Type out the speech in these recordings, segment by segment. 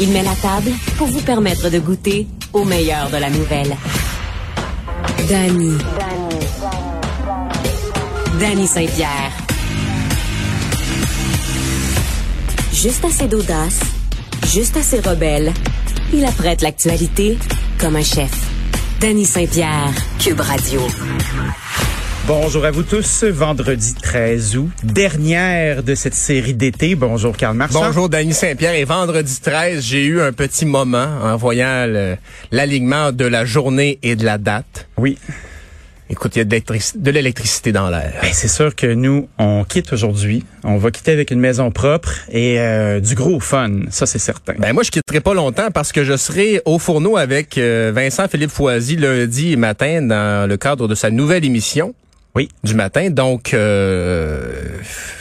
Il met la table pour vous permettre de goûter au meilleur de la nouvelle. Danny. Danny Saint-Pierre. Juste assez d'audace, juste assez rebelle, il apprête l'actualité comme un chef. Danny Saint-Pierre, Cube Radio. Bonjour à vous tous. Vendredi 13 août, dernière de cette série d'été. Bonjour Karl Marchand. Bonjour Dany Saint-Pierre. Et vendredi 13, j'ai eu un petit moment en voyant le- l'alignement de la journée et de la date. Oui. Écoute, il y a de l'électric- de l'électricité dans l'air. Ben, c'est sûr que nous, on quitte aujourd'hui. On va quitter avec une maison propre et euh, du gros fun. Ça, c'est certain. Ben moi, je quitterai pas longtemps parce que je serai au fourneau avec euh, Vincent Philippe Foisy lundi matin dans le cadre de sa nouvelle émission oui. du matin. Donc, euh,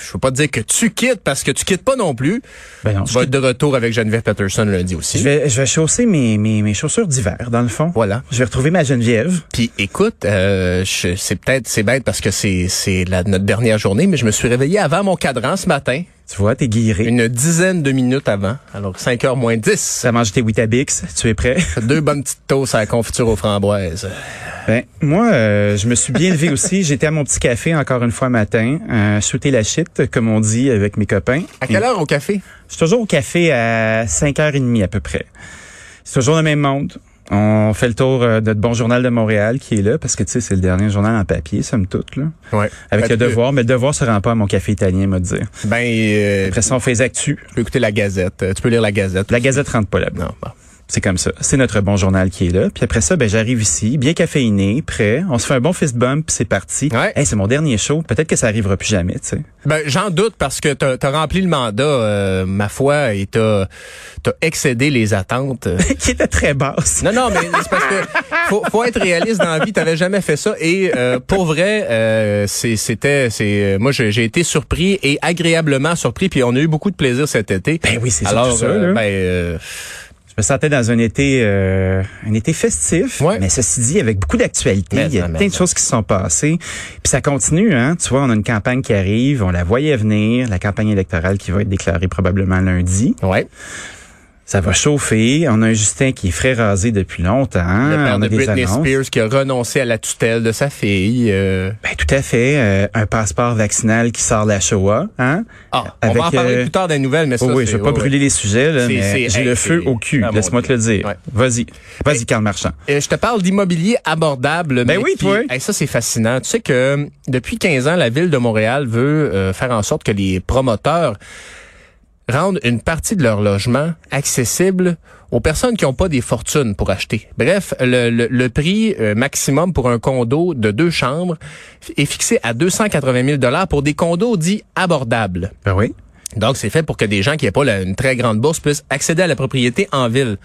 je veux pas te dire que tu quittes parce que tu quittes pas non plus. Ben non, je tu vas quitte- être de retour avec Geneviève Patterson lundi aussi. Je vais, je vais chausser mes, mes, mes chaussures d'hiver, dans le fond. Voilà. Je vais retrouver ma Geneviève. Puis écoute, euh, je- c'est peut-être c'est bête parce que c'est c'est la- notre dernière journée, mais je me suis réveillé avant mon cadran ce matin, Tu vois, t'es guiré. une dizaine de minutes avant. Alors 5 h moins 10. Ça mange tes Weetabix. Tu es prêt? Deux bonnes petites toasts à la confiture aux framboises. Ben, moi, euh, je me suis bien levé aussi. J'étais à mon petit café encore une fois matin, euh, shooter la shit, comme on dit avec mes copains. À quelle heure au café Je suis toujours au café à 5h30 à peu près. C'est toujours le même monde. On fait le tour euh, de notre bon journal de Montréal qui est là, parce que tu sais, c'est le dernier journal en papier, somme toute, là. Ouais. Avec le Ben, tu devoir, mais le devoir se rend pas à mon café italien, me dire. peux- Ben euh, Après ça, on fait les actus. tu peux écouter la Gazette, Euh, tu peux lire la Gazette. La Gazette rentre pas là-bas. Non, bon. C'est comme ça. C'est notre bon journal qui est là. Puis après ça, ben j'arrive ici, bien caféiné, prêt. On se fait un bon fist bump, puis c'est parti. Ouais. Hey, c'est mon dernier show. Peut-être que ça arrivera plus jamais, tu sais. Ben, j'en doute parce que t'as as rempli le mandat, euh, ma foi, et t'as t'as excédé les attentes. qui était très basse. Non, non, mais c'est parce que faut, faut être réaliste dans la vie. T'avais jamais fait ça. Et euh, pour vrai, euh, c'est- c'était, c'est, euh, moi j'ai j'ai été surpris et agréablement surpris. Puis on a eu beaucoup de plaisir cet été. Ben oui, c'est Alors, surtout ça, euh, là. ben, euh, Je me sentais dans un été, euh, un été festif, Ouais. mais ceci dit, avec beaucoup d'actualité. Mais Il y a ça, mais plein de ça. choses qui se sont passées. Puis ça continue, hein. Tu vois, on a une campagne qui arrive, on la voyait venir, la campagne électorale qui va être déclarée probablement lundi. ouais. Ça va chauffer. On a un Justin qui est frais rasé depuis longtemps. Le père Ah, on de a des Britney annonces. Spears qui a renoncé à la tutelle de sa fille. euh. Ben, tout à fait. euh, un passeport vaccinal qui sort de la Shoah, hein? Ah, on va en Avec, parler euh, plus tard des nouvelles, mais ça, Oh oui, c'est- je vais pas ouais, ouais. brûler les sujets, là, C'est- mais c'est- j'ai hey, le feu c'est- au cul. Ah, mon Laisse-moi te Dieu. le dire. Ouais. Vas-y. Vas-y, Karl Marchand. Euh, je te parle d'immobilier abordable. Ben mais oui, qui- toi. Hey, ça, c'est fascinant. Tu sais que euh, depuis 15 ans, la ville de Montréal veut euh, faire en sorte que les promoteurs rendent une partie de leur logement accessible aux personnes qui n'ont pas des fortunes pour acheter. Bref, le, le- le prix euh, maximum pour un condo de deux chambres est fixé à 280 000 pour des condos dits abordables. Ben oui. Donc, c'est fait pour que des gens qui n'ont pas la- une très grande bourse puissent accéder à la propriété en ville.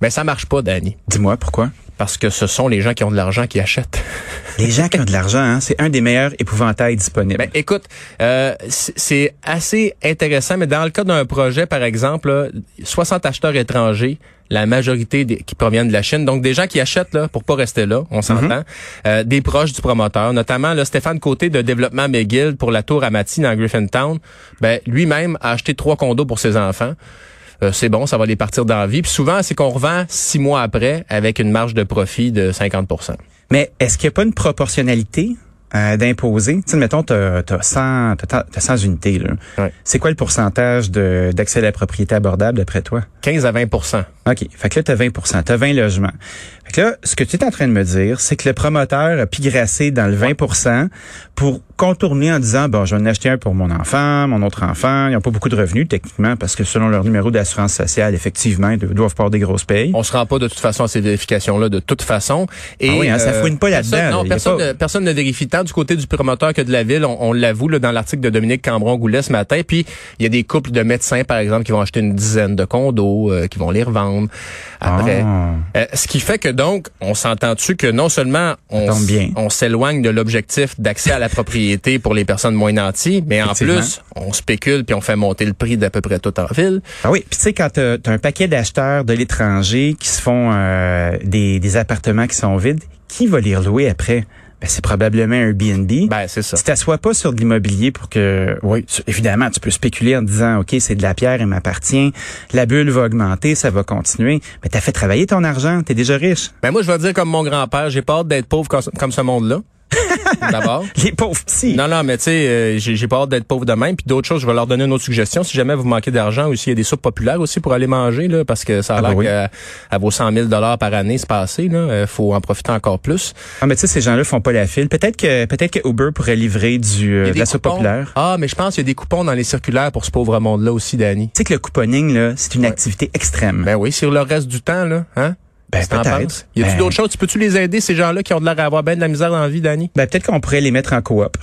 Mais ça marche pas, Danny. Dis-moi pourquoi. Parce que ce sont les gens qui ont de l'argent qui achètent. Les gens qui ont de l'argent, hein, c'est un des meilleurs épouvantails disponibles. Ben, écoute, euh, c- c'est assez intéressant, mais dans le cas d'un projet, par exemple, là, 60 acheteurs étrangers, la majorité des- qui proviennent de la Chine, donc des gens qui achètent là pour pas rester là, on s'entend, euh, des proches du promoteur, notamment là, Stéphane Côté de Développement McGill pour la Tour Amati dans Griffintown, ben, lui-même a acheté trois condos pour ses enfants. Euh, c'est bon, ça va les partir dans la vie. Puis souvent, c'est qu'on revend six mois après avec une marge de profit de 50 Mais est-ce qu'il n'y a pas une proportionnalité euh, d'imposer? Tu sais, mettons, tu as, 100, t'as- t'as 100 unités. Là. Ouais. C'est quoi le pourcentage de- d'accès à la propriété abordable d'après toi? 15 à 20 OK. Fait que là, tu as 20 Tu as 20 logements. Fait que là, ce que tu es en train de me dire, c'est que le promoteur a pigrassé dans le 20 pour contourner en disant, bon, je vais en acheter un pour mon enfant, mon autre enfant. Ils n'ont pas beaucoup de revenus, techniquement, parce que selon leur numéro d'assurance sociale, effectivement, ils doivent pas avoir des grosses payes. On se rend pas de toute façon à ces vérifications-là, de toute façon. Et, euh, Ah oui, hein, ça fouine pas là-dedans, personne- là. Non, Il y a personne, pas- ne- personne ne vérifie tant du côté du promoteur que de la ville. On, on l'avoue là, dans l'article de Dominique Cambron-Goulet ce matin. Puis, il y a des couples de médecins, par exemple, qui vont acheter une dizaine de condos, euh, qui vont les revendre après. Ah. Euh, ce qui fait que donc, on s'entend-tu que non seulement on, tombe s- bien. on s'éloigne de l'objectif d'accès à la propriété pour les personnes moins nanties, mais en Effectivement. plus, on spécule puis on fait monter le prix d'à peu près tout en ville. Ah oui, puis tu sais, quand t'as t'as un paquet d'acheteurs de l'étranger qui se font euh, des, des appartements qui sont vides, qui va les relouer après? ben, c'est probablement Airbnb. Ben, c'est ça. Tu t'assois pas sur de l'immobilier pour que, oui, tu- évidemment, tu peux spéculer en disant, OK, c'est de la pierre, elle m'appartient, la bulle va augmenter, ça va continuer, mais t'as fait travailler ton argent, t'es déjà riche. Ben, moi, je vais dire comme mon grand-père, j'ai peur d'être pauvre comme, comme ce monde-là. D'abord. Les pauvres petits. Non, non, mais tu sais, euh, j'ai j'ai pas hâte d'être pauvre demain. Puis d'autres choses, je vais leur donner une autre suggestion. Si jamais vous manquez d'argent aussi, il y a des soupes populaires aussi pour aller manger, là, parce que euh, ça a Ah, l'air bah oui. qu'à- à vos 100 000 par année, c'est passé. Là, Euh, faut en profiter encore plus. Ah, mais tu sais, ces gens-là font pas la file. Peut-être que, peut-être que Uber pourrait livrer du, euh, Il y a de des la soupe coupons. populaire. Ah, mais je pense qu'il y a des coupons dans les circulaires pour ce pauvre monde-là aussi, Danny. Tu sais que le couponing, là, c'est une activité extrême. Ben oui, sur le reste du temps, là, hein? Ben, Qu'est-ce que t'en peut-être. penses? Y a-tu Ben- d'autres choses? Tu Peux-tu les aider, ces gens-là qui ont de l'air à avoir bien de la misère dans la vie, Danny? Ben, peut-être qu'on pourrait les mettre en coop.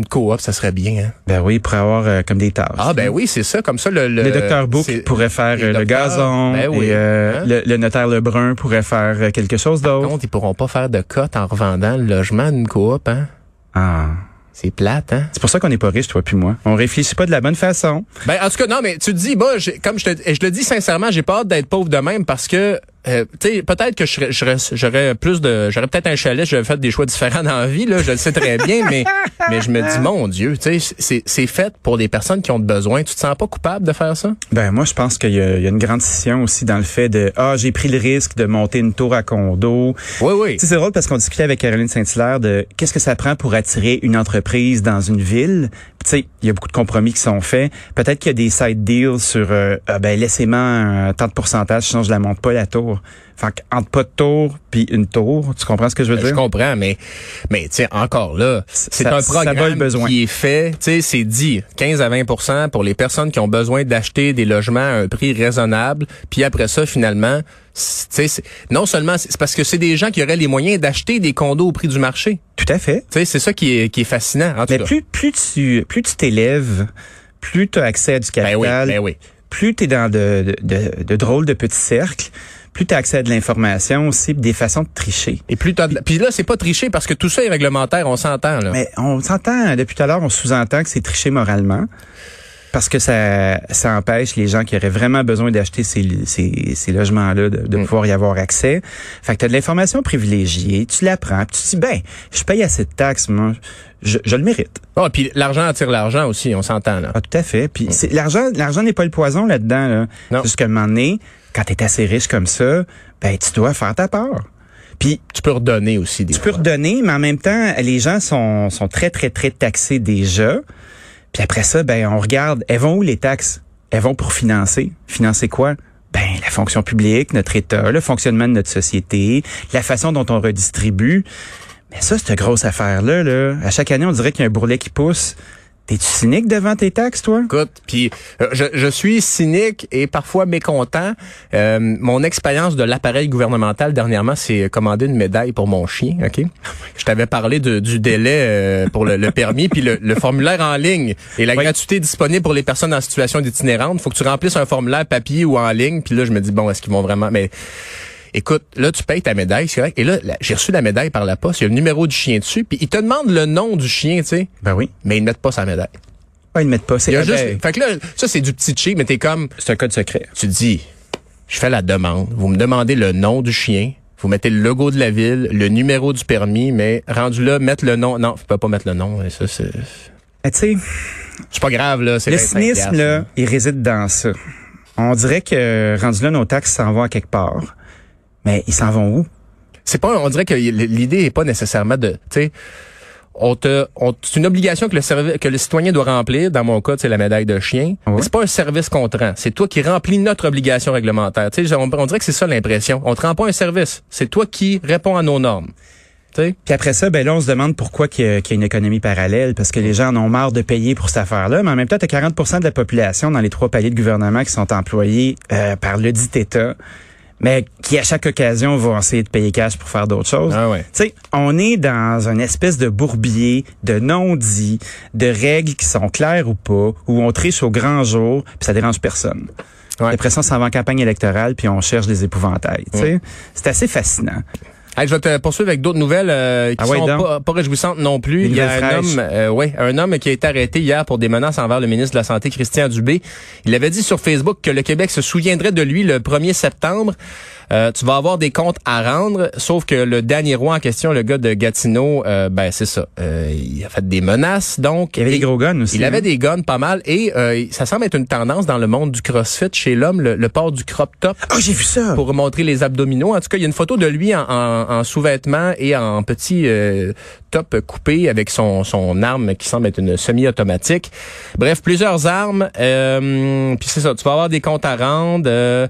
Une coop, ça serait bien, hein? Ben oui, pour avoir euh, comme des tâches. Ah, ben oui, c'est ça. Comme ça, le... Le docteur c'est- Book pourrait faire les euh, le docteurs, gazon. ben oui, et, euh, hein? le, le notaire Lebrun pourrait faire euh, quelque chose d'autre. Contre, ils pourront pas faire de cote en revendant le logement d'une coop, hein? Ah. C'est plate, hein? C'est pour ça qu'on n'est pas riche, toi puis moi. On réfléchit pas de la bonne façon. Ben, en tout cas, non, mais tu te dis, bah, j'ai- comme je te, et je le dis sincèrement, j'ai pas hâte d'être pauvre de même parce que, euh, tu sais, peut-être que je serais- je serais- j'aurais plus de, j'aurais peut-être un chalet, j'aurais fait des choix différents dans la vie, là, je le sais très bien, mais, mais je me dis, mon Dieu, tu sais, c'est, c'est fait pour les personnes qui ont de besoin. Tu te sens pas coupable de faire ça? Ben moi, je pense qu'il y, a il y a une grande scission aussi dans le fait de ah j'ai pris le risque de monter une tour à condo. Oui, oui. Tu sais, C'est drôle parce qu'on discutait avec Caroline Saint-Hilaire de qu'est-ce que ça prend pour attirer une entreprise dans une ville. Puis, Tu sais, il y a beaucoup de compromis qui sont faits. Peut-être qu'il y a des side deals sur euh, Ah, ben laissez-moi un tant de pourcentage, sinon je la monte pas la tour. Fait entre pas de tour puis une tour, tu comprends ce que je veux Ben, Je dire? comprends, mais, mais tu sais, encore là, c'est Ça- un ça va le programme besoin. qui est fait, tu sais, c'est dit 15 à 20 pour les personnes qui ont besoin d'acheter des logements à un prix raisonnable, puis après ça, finalement, c- tu sais, c'est- non seulement, c'est c'est parce que c'est des gens qui auraient les moyens d'acheter des condos au prix du marché. Tout à fait. Tu sais, c'est ça qui est, qui est fascinant, en Mais tout cas. plus plus tu plus tu t'élèves, plus tu as accès à du Ben oui, capital, ben oui. plus tu es dans de, de, de- de drôles de petits cercles, plus tu as accès à de l'information aussi, puis des façons de tricher. Et plus t'as de la- Puis là, c'est pas triché parce que tout ça est réglementaire, on s'entend, là. Mais on s'entend, depuis tout à l'heure, on sous-entend que c'est tricher moralement. Parce que ça, ça empêche les gens qui auraient vraiment besoin d'acheter ces, ces, ces logements-là de, de pouvoir y avoir accès. Fait que t'as de l'information privilégiée, tu la prends, puis tu te dis, ben, je paye assez de taxes, moi, je, je le mérite. Ah, puis l'argent attire l'argent aussi, on s'entend, là. Ah, tout à fait. Puis c'est- l'argent, l'argent n'est pas le poison là-dedans. Là. Non. C'est juste qu'à un moment donné, quand t'es assez riche comme ça, ben, tu dois faire ta part. Puis Tu peux redonner aussi des tu peux fois. redonner, mais en même temps, les gens sont, sont très, très, très taxés déjà. Puis après ça, ben, on regarde, elles vont où les taxes? Elles vont pour financer. Financer quoi? Ben, la fonction publique, notre État, le fonctionnement de notre société, la façon dont on redistribue. Mais ça, cette grosse affaire-là, là, à chaque année, on dirait qu'il y a un bourrelet qui pousse. T'es-tu cynique devant tes taxes, toi? Écoute, puis euh, je, je suis cynique et parfois mécontent. Euh, mon expérience de l'appareil gouvernemental dernièrement, c'est commander une médaille pour mon chien. Ok, je t'avais parlé de- du délai euh, pour le, le permis, puis le, le formulaire en ligne et la Oui. gratuité disponible pour les personnes en situation d'itinérante. Faut que tu remplisses un formulaire papier ou en ligne. Puis là, je me dis bon, est-ce qu'ils vont vraiment Mais écoute, là, tu payes ta médaille, c'est correct. Et là, là, j'ai reçu la médaille par la poste. Il y a le numéro du chien dessus, puis ils te demandent le nom du chien, tu sais. Ben oui. Mais ils ne mettent pas sa médaille. Ah, ils le mettent pas. Il C'est y a ah, juste- ben, fait que là, ça c'est du petit cheat, mais t'es comme, c'est un code secret. tu dis, je fais la demande, vous me demandez le nom du chien, vous mettez le logo de la ville, le numéro du permis, mais rendu là, mettre le nom, non, tu peux pas mettre le nom, et ça c'est, Mais Ben, tu sais, c'est pas grave là, c'est Le 25 cynisme, piastres, là, il réside dans ça. On dirait que, rendu là, nos taxes s'en vont à quelque part. Mais ils s'en vont où? C'est pas, on dirait que y- l'idée est pas nécessairement de, tu sais, on te, on- c'est une obligation que le servi- que le citoyen doit remplir. Dans mon cas, c'est la médaille de chien. Ouais. Mais C'est pas un service qu'on te rend. C'est toi qui remplis notre obligation réglementaire. Tu sais, on, on dirait que c'est ça l'impression. On te rend pas un service. C'est toi qui réponds à nos normes. Tu sais. Puis après ça, ben là, on se demande pourquoi qu'il y, a- qu'il y a une économie parallèle, parce que les gens en ont marre de payer pour cette affaire-là, mais en même temps, tu as 40 de la population dans les trois paliers de gouvernement qui sont employés euh, par le dit État, mais qui, à chaque occasion, vont essayer de payer cash pour faire d'autres choses. Ah ouais. Tu sais, on est dans une espèce de bourbier de non-dits, de règles qui sont claires ou pas, où on triche au grand jour, puis ça dérange personne. Ouais. Après ça, on s'en va en campagne électorale, puis on cherche des épouvantails. tu sais. C'est assez fascinant. Hey, je vais te poursuivre avec d'autres nouvelles euh, qui Ah ouais, sont donc. pas, pas réjouissantes non plus. Des Il y a nouvelles un fraîches. homme, euh, ouais, un homme qui a été arrêté hier pour des menaces envers le ministre de la Santé, Christian Dubé. Il avait dit sur Facebook que le Québec se souviendrait de lui le 1er septembre. Euh, tu vas avoir des comptes à rendre, sauf que le dernier roi en question, le gars de Gatineau, euh, ben c'est ça. Euh, il a fait des menaces, donc. Il y avait Et- des gros guns aussi. il hein? avait des guns pas mal et euh, ça semble être une tendance dans le monde du CrossFit chez l'homme, le, le port du crop top Ah, j'ai vu ça. pour montrer les abdominaux. En tout cas, il y a une photo de lui en, en- en sous-vêtements et en petit euh, top coupé avec son, son arme qui semble être une semi-automatique. Bref, plusieurs armes. euh, Puis c'est ça, tu vas avoir des comptes à rendre. euh,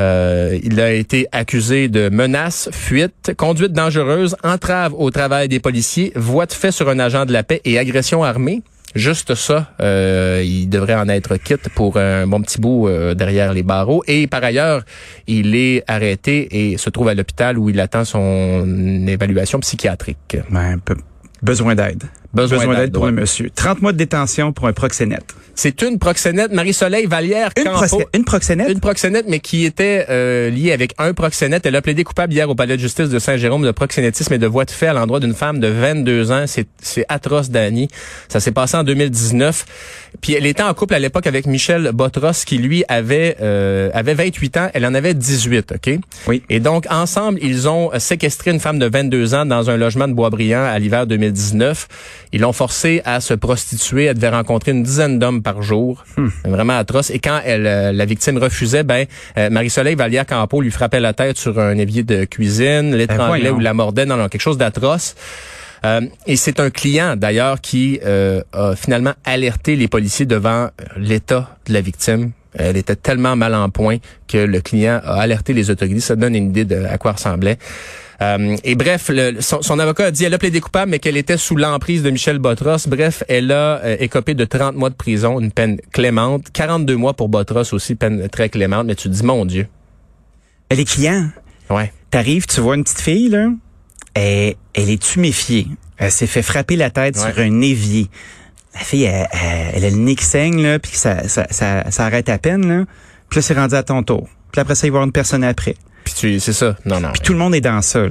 euh, il a été accusé de menaces, fuite, conduite dangereuse, entrave au travail des policiers, voie de fait sur un agent de la paix et agression armée. Juste ça, euh, il devrait en être quitte pour un bon petit bout euh, derrière les barreaux. Et par ailleurs, il est arrêté et se trouve à l'hôpital où il attend son évaluation psychiatrique. Ben, un peu- Besoin d'aide. Besoin d'aide, d'aide pour ouais. le monsieur. 30 mois de détention pour un proxénète. C'est une proxénète, Marie-Soleil Vallière Une, Campo. proxé- une proxénète? Une proxénète, mais qui était euh, liée avec un proxénète. Elle a plaidé coupable hier au palais de justice de Saint-Jérôme de proxénétisme et de voie de fait à l'endroit d'une femme de 22 ans. C'est c'est atroce, Dani. Ça s'est passé en 2019. Puis elle était en couple à l'époque avec Michel Botros, qui lui avait euh, avait 28 ans. Elle en avait 18, OK? Oui. Et donc, ensemble, ils ont euh, séquestré une femme de 22 ans dans un logement de Boisbriand à l'hiver 2019. Ils l'ont forcée à se prostituer. Elle devait rencontrer une dizaine d'hommes par jour. Hmm. Vraiment atroce. Et quand elle, euh, la victime refusait, ben, euh, Marie-Soleil Vallière Campo lui frappait la tête sur un évier de cuisine, l'étranglait Ben voyons. ou la mordait. Non, non, quelque chose d'atroce. Euh, et c'est un client d'ailleurs qui euh, a finalement alerté les policiers devant euh, l'état de la victime. Elle était tellement mal en point que le client a alerté les autorités. Ça donne une idée de à quoi ressemblait. Euh, et bref, le- son, son avocat a dit elle a plaidé coupable, mais qu'elle était sous l'emprise de Michel Botros. Bref, elle a euh, écopé de 30 mois de prison, une peine clémente. 42 mois pour Botros aussi, peine très clémente. Mais tu te dis, mon Dieu. Elle est client. Ouais. T'arrives, tu vois une petite fille, là. Elle, elle est tuméfiée. Elle s'est fait frapper la tête Ouais. sur un évier. La fille, elle, elle- elle a le nez qui saigne, là, puis que ça, ça, ça, ça arrête à peine, là. Puis là, c'est rendu à ton tour. Puis après ça, il va y avoir une personne après. Puis tu, c'est ça. Non, non. Puis tout le monde est dans ça, là.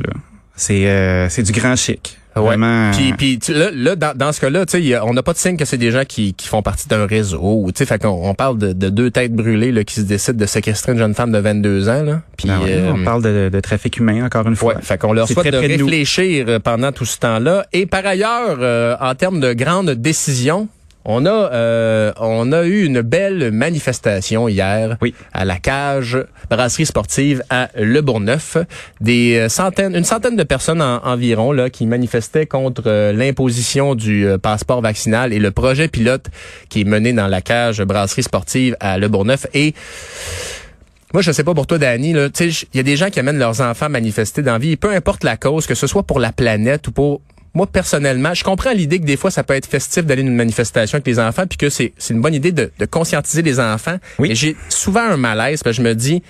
C'est euh, c'est du grand chic. Ouais. Vraiment. euh, Puis, puis tu- là, là, dans, dans ce cas-là, tu sais, il y a- on n'a pas de signe que c'est des gens qui, qui font partie d'un réseau. ou, Tu sais, fait qu'on on parle de, de deux têtes brûlées là, qui se décident de séquestrer une jeune femme de 22 ans. Là. Puis, Ben ouais, euh, on parle de, de trafic humain, encore une fois. Ouais, fait qu'on leur C'est souhaite très de près de nous. réfléchir euh, pendant tout ce temps-là. Et par ailleurs, euh, en termes de grandes décisions, on a euh, on a eu une belle manifestation hier Oui. à la cage brasserie sportive à Le Bourgneuf. Des euh, centaines, une centaine de personnes en- environ là qui manifestaient contre euh, l'imposition du euh, passeport vaccinal et le projet pilote qui est mené dans la cage brasserie sportive à Le Bourgneuf et moi, je sais pas pour toi, Dani, là, tu sais, j- il y a des gens qui amènent leurs enfants manifester dans la vie, et peu importe la cause, que ce soit pour la planète ou pour moi personnellement, je comprends l'idée que des fois ça peut être festif d'aller à une manifestation avec les enfants, puis que c'est c'est une bonne idée de, de conscientiser les enfants. Oui. Mais j'ai souvent un malaise, parce que je me dis,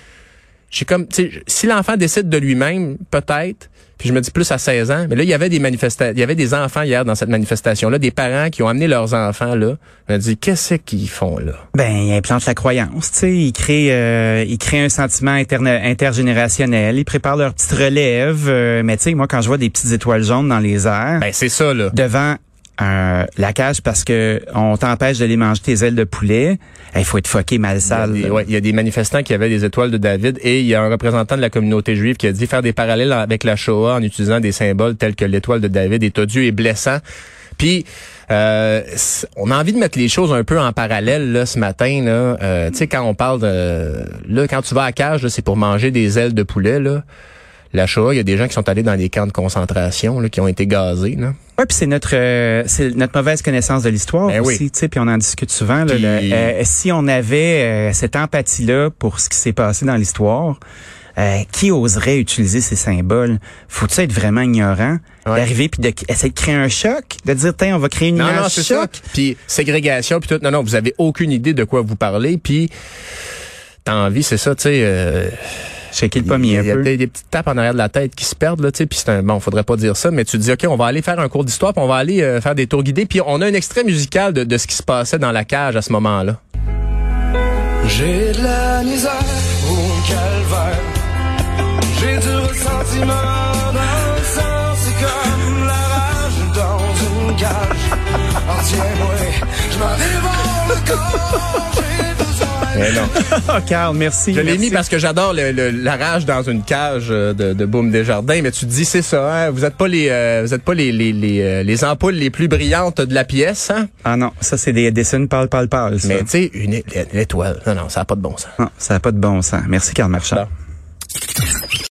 j'ai comme, tu sais, si l'enfant décide de lui-même, peut-être. Puis je me dis plus à 16 ans. Mais là, il y avait des manifestations, il y avait des enfants hier dans cette manifestation-là, des parents qui ont amené leurs enfants là. Je me dis, qu'est-ce qu'ils font là? Ben, il implante la croyance, tu sais, il crée, euh, il crée un sentiment interne- intergénérationnel, il prépare leurs petites relèves, euh, mais tu sais, moi, quand je vois des petites étoiles jaunes dans les airs, Ben c'est ça là. devant euh, la cage parce que on t'empêche d'aller manger tes ailes de poulet, il faut être fucké mal sale. Il y, a là. des, ouais, il y a des manifestants qui avaient des étoiles de David et il y a un représentant de la communauté juive qui a dit faire des parallèles avec la Shoah en utilisant des symboles tels que l'étoile de David est odieux et blessant. Puis, euh, c- on a envie de mettre les choses un peu en parallèle là, ce matin. Là. Euh, tu sais, quand on parle de... Là, quand tu vas à la cage, là, c'est pour manger des ailes de poulet. Là. La Shoah, il y a des gens qui sont allés dans des camps de concentration, là, qui ont été gazés. Là. Ouais, puis c'est notre euh, c'est notre mauvaise connaissance de l'histoire Ben oui. aussi, tu sais, puis on en discute souvent là, Puis- le- euh, si on avait euh, cette empathie là pour ce qui s'est passé dans l'histoire, euh, qui oserait utiliser ces symboles Faut-tu être vraiment ignorant Ouais. d'arriver puis de essayer de créer un choc, de dire tiens, on va créer une Non, image non, c'est ça. choc. Puis ségrégation, puis tout. Non, non, vous avez aucune idée de quoi vous parlez. Puis t'as envie, c'est ça, tu sais. euh, Checker le il pommier y un a, peu. peut-être des petites tapes en arrière de la tête qui se perdent là, tu sais. Puis c'est un bon, faudrait pas dire ça, mais tu te dis ok, on va aller faire un cours d'histoire, puis on va aller euh, faire des tours guidés. Puis on a un extrait musical de, de ce qui se passait dans la cage à ce moment-là. J'ai de la misère au calvaire. J'ai du ressentiment dans le sang. C'est comme la rage dans Oh, une cage. Retiens-moi, je m'en dévore le corps. J'ai besoin Mais non. Ah, Carl, merci. Je l'ai merci. mis parce que j'adore le, le- la rage dans une cage euh, de, de Boom Desjardins, mais tu te dis c'est ça, hein, vous êtes pas les euh, vous êtes pas les les, les, euh, les ampoules les plus brillantes de la pièce, hein? Ah non, ça, c'est des dessins parle, parle, parle. ça. Mais tu sais, une é- l'étoile. Non, non, ça n'a pas de bon sens. Non, ça n'a pas de bon sens. Merci, Carl Marchand. Bon.